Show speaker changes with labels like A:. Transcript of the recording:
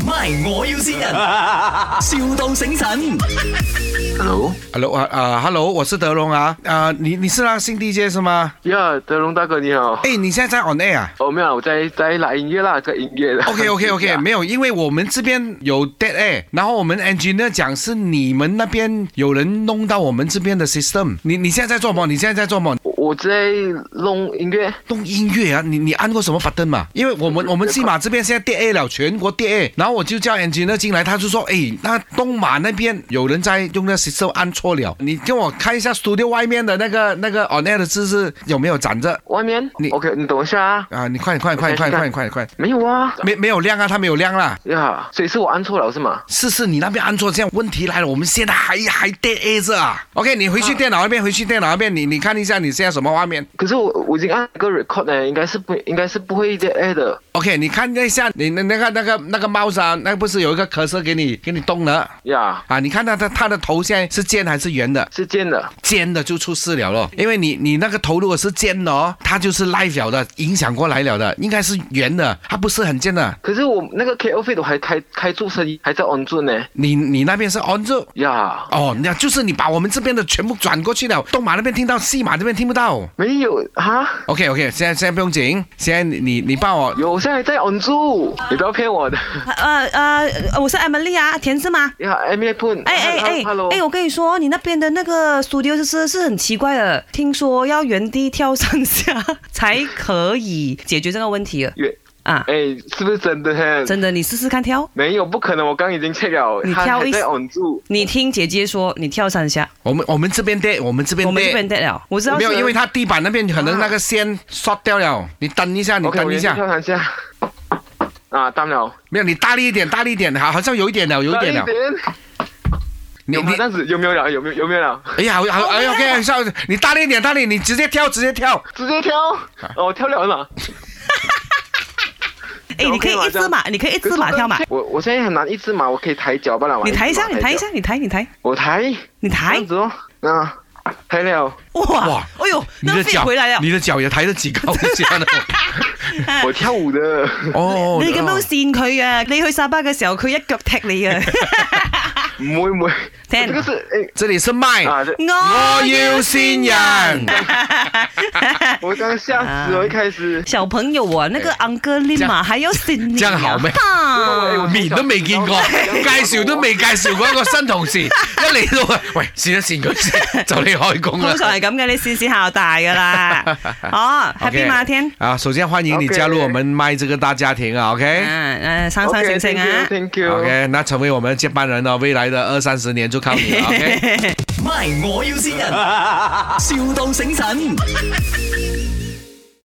A: My，我要先人，, 笑到醒神。
B: Hello，
C: Hello 啊啊，Hello，我是德龙啊啊，你你是那新 DJ 是吗？
B: 呀，德龙大哥你好。
C: 哎，你现在在 on air 啊
B: 哦，没有，我在在拉音乐啦，在音乐的。
C: ？OK OK OK，
B: 呀
C: 没有，因为我们这边有 dead air，然后我们 engineer 讲是你们那边有人弄到我们这边的 system。你你现在在做什么？你现在在做什么？
B: 我我在弄音乐。
C: 弄音乐啊？你你按过什么 button 嘛？因为我们我们西马这边现在 dead air 了，全国 dead air，然后我就叫 engineer 进来，他就说，哎，那东马那边有人在用那 system 按错了，你跟我看一下 studio 外面的那个那个 on air 的字是有没有展着？
B: 外面
C: 你
B: ，OK，你等一下啊。
C: 啊，你快点，快点，快点，快点，快点，快点，
B: 没有啊，
C: 没没有亮啊，它没有亮啦。
B: 呀，所以是我按错了是吗？
C: 是是，你那边按错，这样问题来了，我们现在还还 dead air 着啊。OK，你回去电脑那边，回去电脑那边，你你看一下你现在什么画面。
B: 可是我我已经按了个 record 呢，应该是不应该是不会 dead air 的
C: OK，你看一下你那那个那个那个 mouse 啊，那不是有一个咳嗽给你给你动了
B: 呀
C: 啊？你看它的它的头现在是尖还是圆的？
B: 是这样的。
C: 尖的就出事了咯，因为你你那个头如果是尖的哦，它就是 live 了的，影响过来了的，应该是圆的，它不是很尖的。
B: 可是我那个 KO 费都还开开住声音，还在 on 住呢。
C: 你你那边是 on 住。
B: 呀，
C: 哦，那就是你把我们这边的全部转过去了，东马那边听到，西马这边听不到。
B: 没有哈，
C: OK OK，现在现在不用紧，现在你你你帮我
B: 有现在还在 on 住，你不要骗我的。
D: 呃呃，我是 Emily 啊，田字吗？
B: 呀，Emily Poon，
D: 哎哎哎
B: ，Hello，
D: 哎，我跟你说，你那边的那个 studio 就是是很奇怪的，听说要原地跳上下才可以解决这个问题了
B: 远
D: 啊！
B: 哎，是不是真的嘿？
D: 真的，你试试看跳，
B: 没有，不可能，我刚已经 check 了，
D: 你
B: 他
D: 挑一
B: 还在 on 住。
D: 你听姐姐说，你跳三下，
C: 我们我们这边的，我们这边
D: 我
C: 的
D: 们这边得了。我知道
C: 没有，
D: 是
C: 因为它地板那边可能那个线刷掉了，你等一下，你
B: OK，我
C: 等一
B: 连续
C: 下，
B: 跳三下。啊，当了，
C: 没有，你大力一点，大力一点，好，好像有一点了，有一点了
B: 大，力
C: 你
B: 有吗
C: 你
B: 这，样子有没有了？有没有有没有了？
C: 哎呀，好好，哎，OK，稍微你大力一点，大力，你直接跳，直接跳，
B: 直接跳，
D: 啊
B: 哦，我跳了了。
D: 哎，你可以
B: OK 嘛这
D: 一字
B: 样
D: 马，你可以一字马跳嘛，
B: 我我现在很难一只马，我可以抬脚罢了嘛。
D: 你抬一下，
B: 只马
D: 你抬一下，，哎你抬，你抬，
B: 脚我抬，
D: 你
B: 这
D: 抬
B: 样，子哦，啊，抬了，
D: 哇
C: 哇，
D: 哎呦，
C: 你
D: 那
C: 的
D: 肺
C: 脚
D: 回来了，
C: 你的脚也抬得几高这样的，
D: 啊
B: 我跳舞 的。
C: 哦，
D: 你咁
C: 哦
D: 样扇佢啊！你去沙巴嘅時候，佢一腳踢你啊！
B: 唔會唔會，
D: 聽
B: 這個是
C: 这里是麦
B: 哎，啊，這
D: 我
C: 我要先人。
B: 我剛剛嚇死我，一開始。
D: 小朋友啊，那個
C: 哎
D: Uncle Lim 啊，還要扇你啊，
C: 這樣好咩
D: 哈
B: 哎我
C: 面都未 見過，介紹都未介紹過一個新同事，一嚟到啊，喂，試一試佢先，就你開工啦
D: 通。常係咁嘅，你試試下就大 噶啦。哦
C: OK
D: ，Happy 馬天，
C: 啊，首先歡迎你
B: OK
C: 加入我們麥這個大家庭啊
D: 嗯
C: ，OK。
D: 嗯，生生性性啊
B: OK，thank。you，thank you。
C: OK，那成為我們的接班人呢，未來的二三十年就靠你了。OK。
A: My，我要先人，,笑到醒神。